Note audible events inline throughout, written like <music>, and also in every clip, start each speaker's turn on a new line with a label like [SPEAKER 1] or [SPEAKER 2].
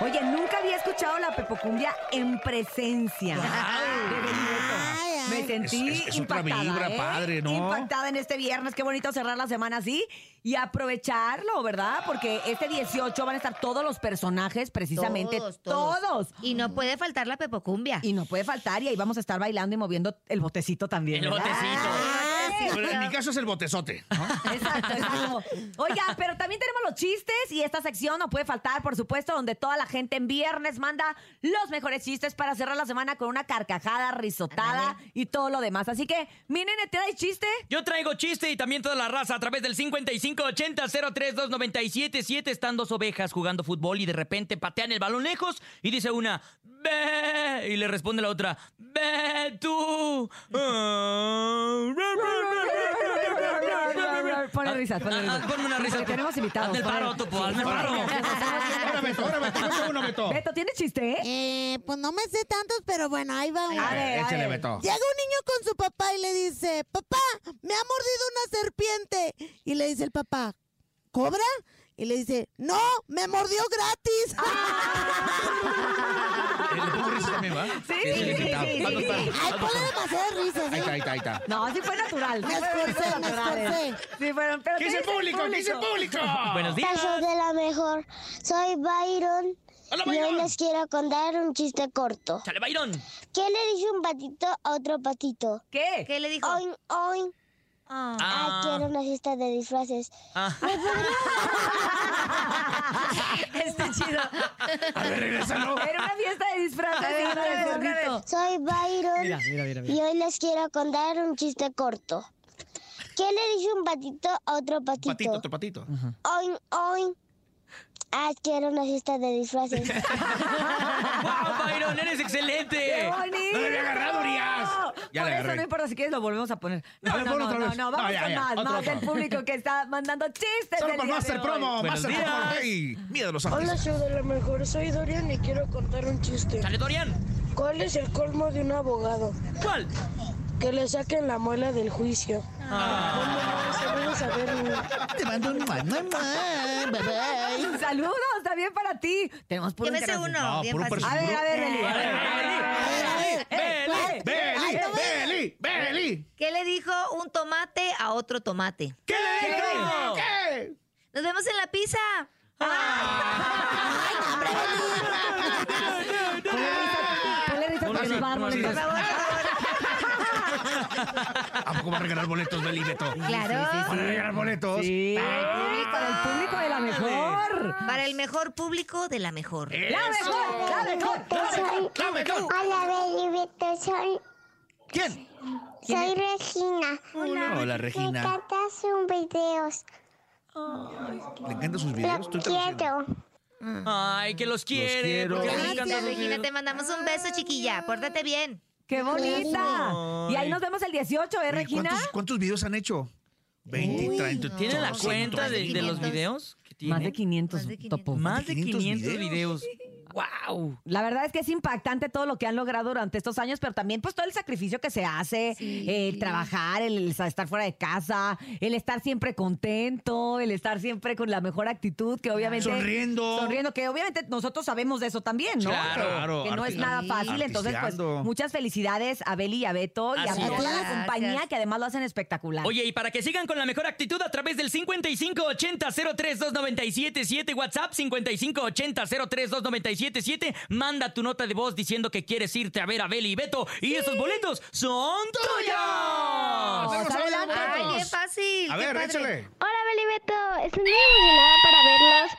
[SPEAKER 1] Oye, nunca había escuchado la pepocumbia en presencia. De Benito.
[SPEAKER 2] Ay, ay.
[SPEAKER 1] Me sentí
[SPEAKER 3] Es- es- es otra
[SPEAKER 1] impactada.
[SPEAKER 3] vibra,
[SPEAKER 1] ¿eh?
[SPEAKER 3] padre, ¿no?
[SPEAKER 1] Impactada en este viernes. Qué bonito cerrar la semana así y aprovecharlo, ¿verdad? Porque este 18 van a estar todos los personajes, precisamente todos.
[SPEAKER 2] Y no puede faltar la pepocumbia.
[SPEAKER 1] Y no puede faltar, y ahí vamos a estar bailando y moviendo el botecito también.
[SPEAKER 4] El
[SPEAKER 1] ¿verdad?
[SPEAKER 4] botecito.
[SPEAKER 2] Ay,
[SPEAKER 3] Pero en mi caso es el botezote. ¿no?
[SPEAKER 1] Exacto, exacto. Oiga, pero también tenemos los chistes y esta sección no puede faltar, por supuesto, donde toda la gente en viernes manda los mejores chistes para cerrar la semana con una carcajada, risotada y todo lo demás. Así que, miren, te da chiste.
[SPEAKER 4] Yo traigo chiste y también toda la raza a través del 5580-032977. Están dos ovejas jugando fútbol y de repente patean el balón lejos y dice una, ¡Ve! Y le responde la otra, ¡Ve tú! Ah, ra, ra, ra, ra, ra, ra, ra.
[SPEAKER 1] Ponle risas, ponle
[SPEAKER 4] Ah,
[SPEAKER 1] risas.
[SPEAKER 4] ah, Ponme una risa.
[SPEAKER 1] Porque
[SPEAKER 4] tú.
[SPEAKER 1] tenemos invitados.
[SPEAKER 4] Hazme el paro,
[SPEAKER 1] ponle-
[SPEAKER 4] Topo, hazme el
[SPEAKER 1] Sí,
[SPEAKER 4] paro.
[SPEAKER 1] ponle risas.
[SPEAKER 3] Ahora, Beto, ahora, Beto, yo tengo uno, Beto.
[SPEAKER 1] Beto, ¿tienes chiste? eh?
[SPEAKER 2] eh, pues no me sé tantos, pero bueno, ahí va uno.
[SPEAKER 1] A ver, a
[SPEAKER 3] Échale,
[SPEAKER 1] ver.
[SPEAKER 3] Beto.
[SPEAKER 2] Llega un niño con su papá y le dice, papá, me ha mordido una serpiente. Y le dice el papá, ¿cobra? Y le dice, no, me mordió gratis. <laughs>
[SPEAKER 3] Eh, ¿Le pongo risa también, va?
[SPEAKER 1] Sí,
[SPEAKER 3] Es el
[SPEAKER 1] sí,
[SPEAKER 3] invitado.
[SPEAKER 1] sí,
[SPEAKER 3] Hazlo,
[SPEAKER 1] sí.
[SPEAKER 3] paro.
[SPEAKER 2] Ay, ponle demasiadas risas,
[SPEAKER 3] Ahí
[SPEAKER 2] ¿eh?
[SPEAKER 3] está, ahí está, ahí está.
[SPEAKER 1] No, sí fue natural.
[SPEAKER 2] Me esforcé, me esforcé.
[SPEAKER 1] Sí, fueron, pero
[SPEAKER 3] ¿Qué dice el público? ¿Qué dice el público?
[SPEAKER 4] Buenos días.
[SPEAKER 5] Caso de la mejor. Soy Byron.
[SPEAKER 3] Hola,
[SPEAKER 5] y hoy
[SPEAKER 3] Byron.
[SPEAKER 5] les quiero contar un chiste corto.
[SPEAKER 4] Chale, Byron.
[SPEAKER 5] ¿Qué le dice un patito a otro patito?
[SPEAKER 1] ¿Qué?
[SPEAKER 2] ¿Qué le dijo?
[SPEAKER 5] Oin, oin.
[SPEAKER 2] Ah.
[SPEAKER 5] Ah, quiero
[SPEAKER 4] Ah,
[SPEAKER 5] una fiesta de disfraces.
[SPEAKER 4] ah.
[SPEAKER 1] Está chido.
[SPEAKER 3] A ver, regrésalo.
[SPEAKER 1] Era una fiesta de disfraces. y una de gordito.
[SPEAKER 5] Soy Byron. Y hoy les quiero contar un chiste corto. ¿Qué le dice un patito a otro patito?
[SPEAKER 3] Patito, otro patito.
[SPEAKER 5] Oin, oin. Ah, quiero una fiesta de disfraces.
[SPEAKER 4] ¡Wow, Byron! ¡Eres excelente!
[SPEAKER 1] bonito!
[SPEAKER 3] No le había agarrado, Urias. Ya
[SPEAKER 1] Por
[SPEAKER 3] le
[SPEAKER 1] eso
[SPEAKER 3] agarré.
[SPEAKER 1] no importa, si quieres lo volvemos a poner. No,
[SPEAKER 3] A
[SPEAKER 1] no,
[SPEAKER 3] ver,
[SPEAKER 1] no,
[SPEAKER 3] ponlo
[SPEAKER 1] no,
[SPEAKER 3] otra
[SPEAKER 1] no,
[SPEAKER 3] vez.
[SPEAKER 1] vamos
[SPEAKER 3] No, ya,
[SPEAKER 1] con
[SPEAKER 3] ya,
[SPEAKER 1] más,
[SPEAKER 3] otro,
[SPEAKER 1] más
[SPEAKER 3] otro.
[SPEAKER 1] del público que está mandando chistes
[SPEAKER 3] Solo
[SPEAKER 1] del
[SPEAKER 3] por
[SPEAKER 1] día de
[SPEAKER 3] Master
[SPEAKER 1] hoy.
[SPEAKER 3] Promo,
[SPEAKER 1] <laughs>
[SPEAKER 4] Buenos
[SPEAKER 3] Master Promo.
[SPEAKER 4] días.
[SPEAKER 3] Hey, mía de los
[SPEAKER 6] Hola,
[SPEAKER 3] ángeles.
[SPEAKER 6] show de la mejor. Soy Dorian y quiero contar un chiste.
[SPEAKER 4] ¡Chale, Dorian!
[SPEAKER 6] ¿Cuál es el colmo de un abogado?
[SPEAKER 4] ¿Cuál?
[SPEAKER 6] Que le saquen la muela del juicio. Bueno, saludos a Bernie.
[SPEAKER 2] Te mando un mua, mua, mua, bye, bye.
[SPEAKER 1] Saludos también para ti. Tenemos puro
[SPEAKER 7] Llévese
[SPEAKER 1] internacional.
[SPEAKER 7] uno,
[SPEAKER 3] No,
[SPEAKER 7] bien
[SPEAKER 3] puro
[SPEAKER 7] fácil.
[SPEAKER 1] A ver, a Eh, ver, Eli. eh.
[SPEAKER 4] Beli, Beli,
[SPEAKER 3] Beli, Beli, Beli.
[SPEAKER 7] ¿Qué le dijo un tomate a otro tomate?
[SPEAKER 3] ¿Qué le dijo?
[SPEAKER 4] dijo?
[SPEAKER 3] ¿Qué?
[SPEAKER 7] ¡Nos vemos en la pizza!
[SPEAKER 1] Ponle risa porque
[SPEAKER 4] No, no,
[SPEAKER 1] nos va a dar
[SPEAKER 4] no,
[SPEAKER 1] boletos.
[SPEAKER 7] Por favor, por
[SPEAKER 1] Ah,
[SPEAKER 7] favor.
[SPEAKER 3] ¿A poco va a regalar boletos, Beli, Beto?
[SPEAKER 7] Claro.
[SPEAKER 3] ¿Van a regalar boletos?
[SPEAKER 1] Sí, para el público de la mejor.
[SPEAKER 7] Para el mejor público de la mejor.
[SPEAKER 1] La mejor, la mejor, la mejor.
[SPEAKER 3] ¡La mejor!
[SPEAKER 5] Hola, Beli Beto. Soy,
[SPEAKER 3] ¿Quién?
[SPEAKER 5] soy Regina.
[SPEAKER 3] Hola,
[SPEAKER 5] Me
[SPEAKER 3] Regina.
[SPEAKER 5] encantan sus videos.
[SPEAKER 3] ¿Le encantan sus videos?
[SPEAKER 5] Los
[SPEAKER 3] Estoy tan emocionado.
[SPEAKER 5] quiero.
[SPEAKER 4] Ay, que los quiere.
[SPEAKER 3] quiero.
[SPEAKER 4] porque a mí me
[SPEAKER 2] Gracias,
[SPEAKER 4] encantan los
[SPEAKER 7] Regina, te
[SPEAKER 4] videos.
[SPEAKER 7] mandamos un beso, chiquilla. Pórtate bien.
[SPEAKER 1] ¡Qué bonita! Y ahí
[SPEAKER 4] Ay.
[SPEAKER 1] nos vemos el 18, ¿eh,
[SPEAKER 3] Oye,
[SPEAKER 1] Regina?
[SPEAKER 3] ¿Cuántos, cuántos videos han hecho? 20, 30.
[SPEAKER 4] ¿Tiene la
[SPEAKER 3] 200,
[SPEAKER 4] cuenta de, de los
[SPEAKER 7] 500.
[SPEAKER 4] videos? que tiene?
[SPEAKER 1] Más de 500,
[SPEAKER 7] Más de 500.
[SPEAKER 1] Topo.
[SPEAKER 4] Más de
[SPEAKER 3] 500
[SPEAKER 4] 500 videos. ¡Wow!
[SPEAKER 1] La verdad es que es impactante todo lo que han logrado durante estos años, pero también pues todo el sacrificio que se hace, eh, el trabajar, el, el estar fuera de casa, el estar siempre contento, el estar siempre con la mejor actitud, que obviamente...
[SPEAKER 3] Sonriendo.
[SPEAKER 1] Sonriendo, que obviamente nosotros sabemos de eso también, ¿no?
[SPEAKER 4] Claro,
[SPEAKER 1] Que-
[SPEAKER 3] claro,
[SPEAKER 1] Que no es
[SPEAKER 3] arti-
[SPEAKER 1] nada fácil, entonces pues
[SPEAKER 3] artisteando.
[SPEAKER 1] muchas felicidades a Beli y a Beto y
[SPEAKER 4] Así
[SPEAKER 1] a toda
[SPEAKER 2] es.
[SPEAKER 1] la
[SPEAKER 7] Gracias.
[SPEAKER 1] compañía que además lo hacen espectacular.
[SPEAKER 4] Oye, y para que sigan con la mejor actitud a través del 5580-032977, WhatsApp 5580-032977, manda tu nota de voz diciendo que quieres irte a ver a Beli y Beto y esos boletos son tuyos.
[SPEAKER 3] Tenemos ahora
[SPEAKER 1] adelante.
[SPEAKER 3] boletos.
[SPEAKER 7] Pues ¡Ay, qué fácil!
[SPEAKER 3] A
[SPEAKER 7] qué
[SPEAKER 3] ver,
[SPEAKER 7] padre.
[SPEAKER 3] échale.
[SPEAKER 5] Hola, Beli Beto. Estoy muy emocionada para verlos.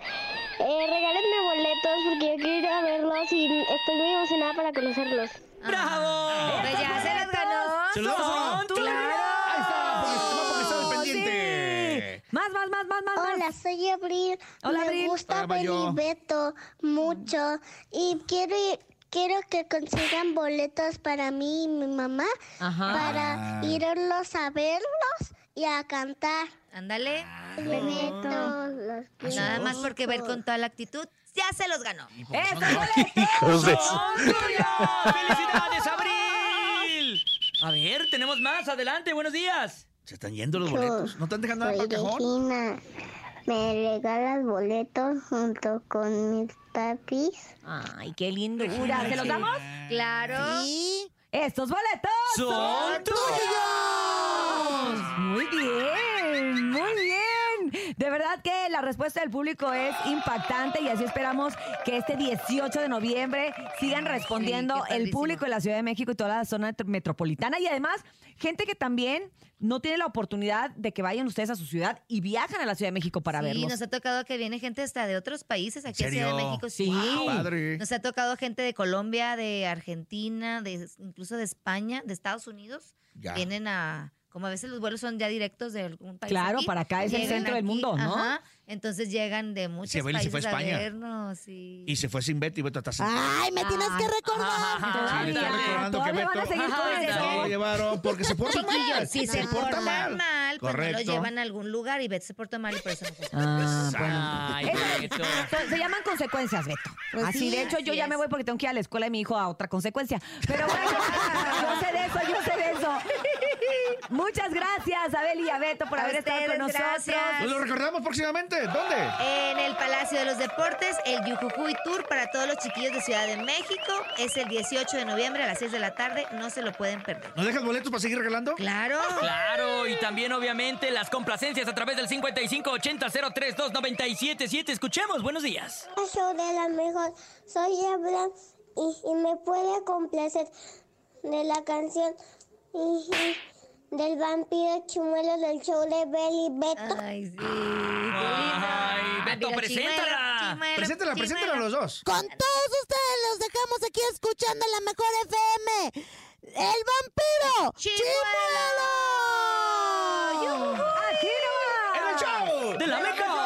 [SPEAKER 5] Eh, regálenme boletos porque yo quiero ir a verlos y estoy muy emocionada para conocerlos.
[SPEAKER 4] ¡Bravo!
[SPEAKER 7] Pues ya se los ganó.
[SPEAKER 3] ¿Se lo damos o no?
[SPEAKER 4] ¡Son tuyos!
[SPEAKER 3] Ahí está, porque estaba- porque estaba al
[SPEAKER 1] Sí.
[SPEAKER 3] pendiente.
[SPEAKER 1] ¡Oh, Más, más, más, más, más.
[SPEAKER 5] Hola,
[SPEAKER 1] más.
[SPEAKER 5] soy Abril.
[SPEAKER 1] Hola,
[SPEAKER 5] Me
[SPEAKER 1] Abril.
[SPEAKER 5] gusta
[SPEAKER 3] Hola, Mayo.
[SPEAKER 5] Beli Beto mucho y quiero ir- Quiero que consigan boletos para mí y mi mamá
[SPEAKER 1] Ajá.
[SPEAKER 3] Ah.
[SPEAKER 5] para irlos a verlos y a cantar.
[SPEAKER 7] Ándale.
[SPEAKER 3] Ah.
[SPEAKER 5] Beli Beto, los
[SPEAKER 7] Nada
[SPEAKER 5] quiero
[SPEAKER 7] más porque ver
[SPEAKER 5] mucho.
[SPEAKER 7] con toda la actitud. Ya se los ganó.
[SPEAKER 1] ¡Estos boletos son tuyos!
[SPEAKER 4] ¡Felicidades, Abril! A ver, tenemos más. Adelante, buenos días.
[SPEAKER 3] Se están yendo los boletos. No están dejando nada
[SPEAKER 5] Soy
[SPEAKER 3] para el cajón.
[SPEAKER 5] Regina. Me regalas boletos junto con mis papis.
[SPEAKER 1] Ay, qué lindura. ¿Se los damos?
[SPEAKER 7] Claro.
[SPEAKER 2] Y
[SPEAKER 1] Estos boletos
[SPEAKER 4] ¡Son
[SPEAKER 1] tuyos. Muy bien, muy bien. De verdad que la respuesta del público es impactante y así esperamos que este 18 de noviembre sigan respondiendo
[SPEAKER 7] Sí, qué
[SPEAKER 1] el
[SPEAKER 7] padrísimo.
[SPEAKER 1] público de la Ciudad de México y toda la zona tr- metropolitana y además gente que también no tiene la oportunidad de que vayan ustedes a su ciudad y viajan a la Ciudad de México para
[SPEAKER 7] sí,
[SPEAKER 1] verlos.
[SPEAKER 7] nos ha tocado que viene gente hasta de otros países aquí a Ciudad de
[SPEAKER 4] serio?
[SPEAKER 7] México.
[SPEAKER 1] Sí.
[SPEAKER 3] Padre.
[SPEAKER 7] Nos ha tocado gente de Colombia, de Argentina, de incluso de España, de Estados Unidos.
[SPEAKER 3] Ya.
[SPEAKER 7] Vienen a, como a veces los vuelos son ya directos de algún país.
[SPEAKER 1] Claro,
[SPEAKER 7] aquí,
[SPEAKER 1] para acá es el
[SPEAKER 7] llegan
[SPEAKER 1] centro del mundo, ¿no?
[SPEAKER 7] Ajá, entonces llegan de muchos
[SPEAKER 3] Se fue-
[SPEAKER 7] países
[SPEAKER 3] se fue a
[SPEAKER 7] a,
[SPEAKER 3] España.
[SPEAKER 7] vernos. Y...
[SPEAKER 3] Y se fue sin Betty, Beto está sin.
[SPEAKER 2] ay, me tienes que recordar.
[SPEAKER 3] Sí, le está
[SPEAKER 1] Todavía,
[SPEAKER 3] recordando
[SPEAKER 1] todavía
[SPEAKER 3] que
[SPEAKER 1] van a
[SPEAKER 3] Beto-
[SPEAKER 1] seguir con
[SPEAKER 4] Ajá,
[SPEAKER 1] eso.
[SPEAKER 3] No, llevaron oh, porque se porta
[SPEAKER 7] Chiquillos,
[SPEAKER 3] mal.
[SPEAKER 7] si ¿eh? se, porta mal, pues no los
[SPEAKER 3] Correcto.
[SPEAKER 7] llevan a algún lugar y Beth se portó mal y por eso no fue.
[SPEAKER 1] Ah,
[SPEAKER 4] Ay, Beto.
[SPEAKER 1] Eso- se llaman consecuencias, Beto.
[SPEAKER 2] Pues
[SPEAKER 1] así,
[SPEAKER 2] sí,
[SPEAKER 1] de hecho, yo
[SPEAKER 7] así
[SPEAKER 1] ya
[SPEAKER 7] es.
[SPEAKER 1] me voy porque tengo que ir a la escuela de mi hijo a otra consecuencia. Pero bueno, <laughs> yo sé de eso, yo sé de eso. Muchas gracias, Abel y a Beto, por
[SPEAKER 7] A
[SPEAKER 1] haber estado con
[SPEAKER 7] ustedes,
[SPEAKER 1] nosotros.
[SPEAKER 7] gracias.
[SPEAKER 3] Pues lo recordamos próximamente. ¿Dónde?
[SPEAKER 7] En el Palacio de los Deportes, el Yujujuy Tour para todos los chiquillos de Ciudad de México. Es el 18 de noviembre a las 6 de la tarde. No se lo pueden perder.
[SPEAKER 3] ¿Nos dejas boletos para seguir regalando?
[SPEAKER 7] Claro.
[SPEAKER 4] Claro, y también obviamente las complacencias a través del 5580-032977. Escuchemos, buenos días.
[SPEAKER 5] El show de la mejor. Soy Abraham y, y me puede complacer de la canción y- y del vampiro chimuelo del show de Belly Beto.
[SPEAKER 7] Ay, sí.
[SPEAKER 4] Ay, Beto, preséntala.
[SPEAKER 3] Preséntala, preséntala a los dos.
[SPEAKER 2] Con todos ustedes los dejamos aquí escuchando la mejor FM. ¡El vampiro!
[SPEAKER 7] Chimuelo.
[SPEAKER 2] ¡Chimuelo!
[SPEAKER 1] Aquí nomás.
[SPEAKER 3] ¡En el show!
[SPEAKER 4] De la mejor.